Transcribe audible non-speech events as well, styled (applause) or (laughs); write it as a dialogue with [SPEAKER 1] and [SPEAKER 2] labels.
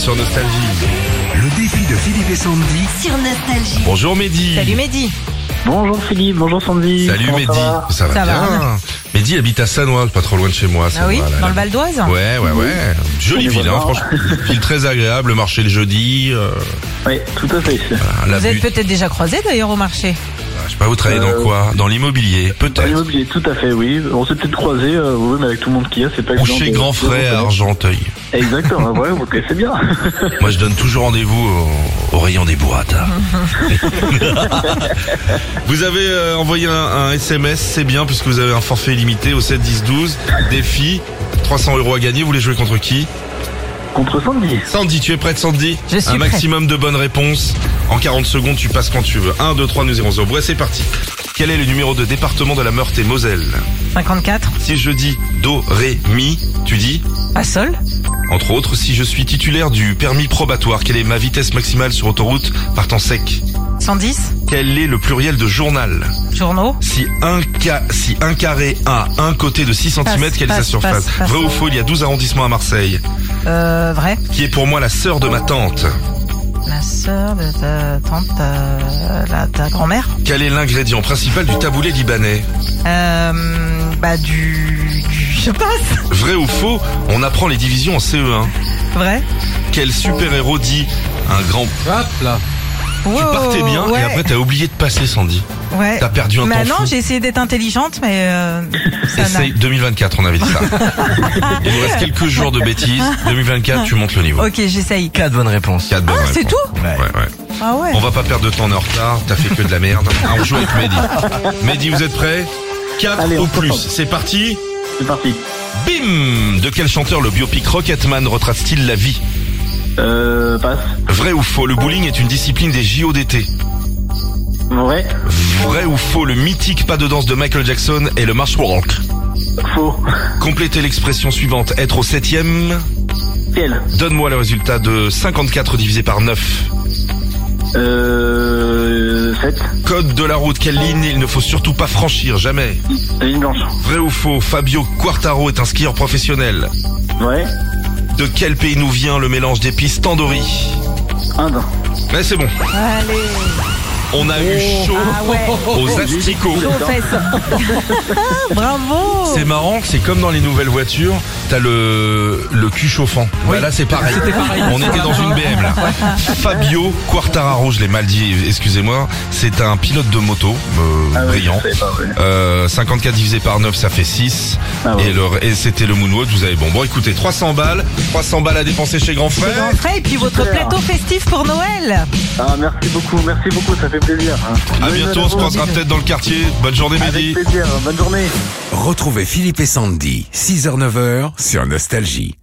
[SPEAKER 1] sur Nostalgie.
[SPEAKER 2] Le défi de Philippe et Sandy.
[SPEAKER 3] sur Nostalgie.
[SPEAKER 1] Bonjour Mehdi.
[SPEAKER 3] Salut Mehdi.
[SPEAKER 4] Bonjour Philippe, bonjour Sandy.
[SPEAKER 1] Salut
[SPEAKER 4] Comment ça
[SPEAKER 1] Mehdi.
[SPEAKER 4] va
[SPEAKER 1] Ça va
[SPEAKER 3] Ça va.
[SPEAKER 1] bien. Mehdi habite à Sanois, pas trop loin de chez moi.
[SPEAKER 3] Ah oui,
[SPEAKER 1] Sanois, là,
[SPEAKER 3] dans le
[SPEAKER 1] là.
[SPEAKER 3] Val d'Oise
[SPEAKER 1] Ouais, ouais, ouais. Jolie
[SPEAKER 4] On est
[SPEAKER 1] ville, hein,
[SPEAKER 4] voisins.
[SPEAKER 1] franchement. Ville très agréable, le marché le jeudi. euh,
[SPEAKER 4] Oui, tout à fait.
[SPEAKER 1] voilà, la
[SPEAKER 3] Vous êtes
[SPEAKER 1] butte.
[SPEAKER 3] peut-être déjà croisés d'ailleurs au marché.
[SPEAKER 1] Je sais pas, vous travaillez dans
[SPEAKER 4] Euh,
[SPEAKER 1] quoi Dans l'immobilier,
[SPEAKER 4] Dans
[SPEAKER 1] peut-être.
[SPEAKER 4] l'immobilier, tout à fait, oui. On s'est peut-être croisés, euh, oui, mais avec tout le monde qu'il y a, c'est pas
[SPEAKER 1] Ou
[SPEAKER 4] évident
[SPEAKER 1] chez
[SPEAKER 4] de-
[SPEAKER 1] Grand
[SPEAKER 4] de
[SPEAKER 1] Frère à
[SPEAKER 4] reconnaître.
[SPEAKER 1] Argenteuil.
[SPEAKER 4] Exactement, ouais, vous connaissez bien. (laughs)
[SPEAKER 1] Moi, je donne toujours rendez-vous au, au rayon des boîtes. hein. vous avez euh, envoyé un, un SMS, c'est bien, puisque vous avez un forfait limité au 7 10 12. Défi, 300 euros à gagner. Vous voulez jouer contre qui
[SPEAKER 4] Contre Sandy.
[SPEAKER 1] Sandy, tu es prête, Sandy
[SPEAKER 3] Je suis
[SPEAKER 1] Un
[SPEAKER 3] prête.
[SPEAKER 1] maximum de bonnes réponses. En 40 secondes, tu passes quand tu veux. 1, 2, 3, nous irons au bois. C'est parti. Quel est le numéro de département de la Meurthe et Moselle
[SPEAKER 3] 54,
[SPEAKER 1] Si je dis do, ré, mi, tu dis
[SPEAKER 3] à Sol,
[SPEAKER 1] Entre autres, si je suis titulaire du permis probatoire, quelle est ma vitesse maximale sur autoroute par temps sec
[SPEAKER 3] 110,
[SPEAKER 1] Quel est le pluriel de journal
[SPEAKER 3] journaux,
[SPEAKER 1] Si un, ca- si un carré a un côté de 6 cm,
[SPEAKER 3] Passe,
[SPEAKER 1] quelle est sa
[SPEAKER 3] passe,
[SPEAKER 1] surface
[SPEAKER 3] passe, passe.
[SPEAKER 1] Vrai ou faux, il y a 12 arrondissements à Marseille.
[SPEAKER 3] euh, vrai,
[SPEAKER 1] Qui est pour moi la sœur de ma tante
[SPEAKER 3] la sœur de ta tante, euh, la, ta grand-mère,
[SPEAKER 1] Quel est l'ingrédient principal du taboulé libanais
[SPEAKER 3] euh, bah du, du- Je passe,
[SPEAKER 1] Vrai ou faux, on apprend les divisions en CE1.
[SPEAKER 3] vrai.
[SPEAKER 1] Quel super-héros dit un grand... Hop là Tu
[SPEAKER 3] Wow,
[SPEAKER 1] partais bien
[SPEAKER 3] Oh, ouais,
[SPEAKER 1] et après t'as oublié de passer, Sandy.
[SPEAKER 3] ouais.
[SPEAKER 1] T'as perdu un
[SPEAKER 3] Bah
[SPEAKER 1] temps
[SPEAKER 3] non,
[SPEAKER 1] fou.
[SPEAKER 3] j'ai essayé d'être intelligente, mais euh, ça n'a...
[SPEAKER 1] Essaye 2024, on avait
[SPEAKER 3] (laughs)
[SPEAKER 1] dit ça. Il nous reste quelques jours de bêtises. 2024, tu montes le niveau.
[SPEAKER 3] Ok, j'essaye.
[SPEAKER 5] Quatre bonnes réponses.
[SPEAKER 1] Quatre bonnes
[SPEAKER 3] Ah, c'est
[SPEAKER 1] réponses.
[SPEAKER 3] tout
[SPEAKER 1] Ouais, ouais.
[SPEAKER 3] Ah ouais.
[SPEAKER 1] On va pas perdre de temps, on est en retard, t'as fait que de la merde. Ah, on joue avec Mehdi. Mehdi, vous êtes prêts 4
[SPEAKER 4] Allez,
[SPEAKER 1] au
[SPEAKER 4] on
[SPEAKER 1] plus,
[SPEAKER 4] commence.
[SPEAKER 1] c'est parti
[SPEAKER 4] C'est parti.
[SPEAKER 1] Bim De quel chanteur le biopic Rocketman retrace-t-il la vie
[SPEAKER 4] Euh, passe.
[SPEAKER 1] Vrai ou faux, le bowling est une discipline des JO d'été
[SPEAKER 4] Vrai.
[SPEAKER 1] Vrai ou faux, le mythique pas de danse de Michael Jackson et le march walk
[SPEAKER 4] Faux.
[SPEAKER 1] Complétez l'expression suivante, être au septième.
[SPEAKER 4] Ciel.
[SPEAKER 1] Donne-moi le résultat de 54 divisé par 9.
[SPEAKER 4] Euh, 7.
[SPEAKER 1] Code de la route, quelle ligne il ne faut surtout pas franchir, jamais.
[SPEAKER 4] Ligne blanche.
[SPEAKER 1] Vrai ou faux, Fabio Quartaro est un skieur professionnel.
[SPEAKER 4] Vrai.
[SPEAKER 1] De quel pays nous vient le mélange d'épices tandoori
[SPEAKER 4] Inde.
[SPEAKER 1] Mais Eh, c'est bon,
[SPEAKER 3] Allez.
[SPEAKER 1] on a eu chaud
[SPEAKER 3] Ah
[SPEAKER 1] (laughs)
[SPEAKER 3] ouais.
[SPEAKER 1] aux asticots.
[SPEAKER 3] Chaud aux fesses. (laughs) Bravo.
[SPEAKER 1] C'est marrant, c'est comme dans les nouvelles voitures, t'as le, le cul chauffant. Bah là c'est pareil. On était dans une BM là. Fabio Quartararo, je l'ai mal dit, excusez-moi, c'est un pilote de moto, euh,
[SPEAKER 4] Ah oui,
[SPEAKER 1] brillant.
[SPEAKER 4] je savais pas, ouais.
[SPEAKER 1] Euh, 54 divisé par 9 ça fait 6
[SPEAKER 4] Ah ouais.
[SPEAKER 1] et, le- et c'était le moonwalk vous avez bon bon écoutez 300 balles 300 balles à dépenser chez grand
[SPEAKER 3] C'est
[SPEAKER 1] frère
[SPEAKER 3] grand frère, et puis votre
[SPEAKER 4] Super.
[SPEAKER 3] plateau festif pour Noël.
[SPEAKER 4] Ah, merci beaucoup, merci beaucoup, ça fait plaisir.
[SPEAKER 1] à
[SPEAKER 4] Bonne
[SPEAKER 1] bientôt
[SPEAKER 4] journée
[SPEAKER 1] on se
[SPEAKER 4] vous.
[SPEAKER 1] croisera peut-être dans le quartier bonne journée Mehdi
[SPEAKER 4] Avec plaisir, bonne journée.
[SPEAKER 2] Retrouvez Philippe et Sandy, 6h-9h sur Nostalgie.